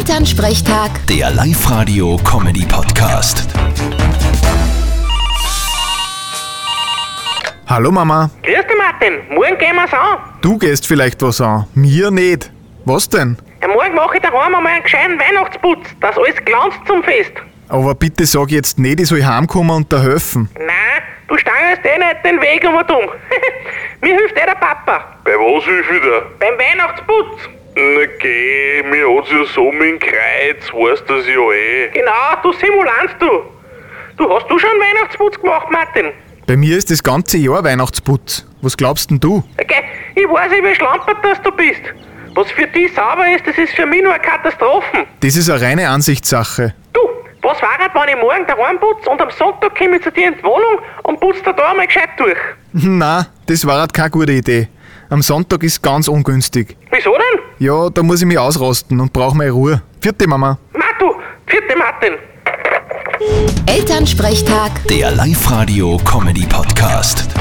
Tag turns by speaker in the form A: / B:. A: Elternsprechtag,
B: Der Live-Radio-Comedy-Podcast.
C: Hallo Mama,
D: Grüß dich, Martin. Morgen gehen wir's an.
C: du gehst vielleicht was an, mir nicht. Was denn?
D: Ja, morgen mache ich daheim einmal einen gescheiten Weihnachtsputz, dass alles glanzt zum Fest.
C: Aber bitte sag jetzt nicht, ich soll heimkommen und da helfen.
D: Nein, du stangerst eh nicht den Weg um und um. Mir hilft eh der Papa.
E: Bei was ich wieder?
D: Beim Weihnachtsputz.
E: Na geh, mir hat's ja so mit dem Kreuz, weißt das ja eh.
D: Genau, du Simulanz, du. Du hast du schon einen Weihnachtsputz gemacht, Martin?
C: Bei mir ist das ganze Jahr Weihnachtsputz. Was glaubst denn du?
D: Okay, ich weiß nicht, wie schlampert das du bist. Was für dich sauber ist, das ist für mich nur eine Katastrophe.
C: Das ist eine reine Ansichtssache.
D: Du, was war das, wenn ich morgen daheim putze und am Sonntag komme ich zu dir in die Wohnung und putze da da einmal gescheit durch?
C: Na, das war halt keine gute Idee. Am Sonntag ist ganz ungünstig.
D: Wieso denn?
C: Ja, da muss ich mich ausrasten und brauche meine Ruhe. Vierte Mama.
D: Matu, vierte Martin.
A: Elternsprechtag.
B: Der Live-Radio-Comedy-Podcast.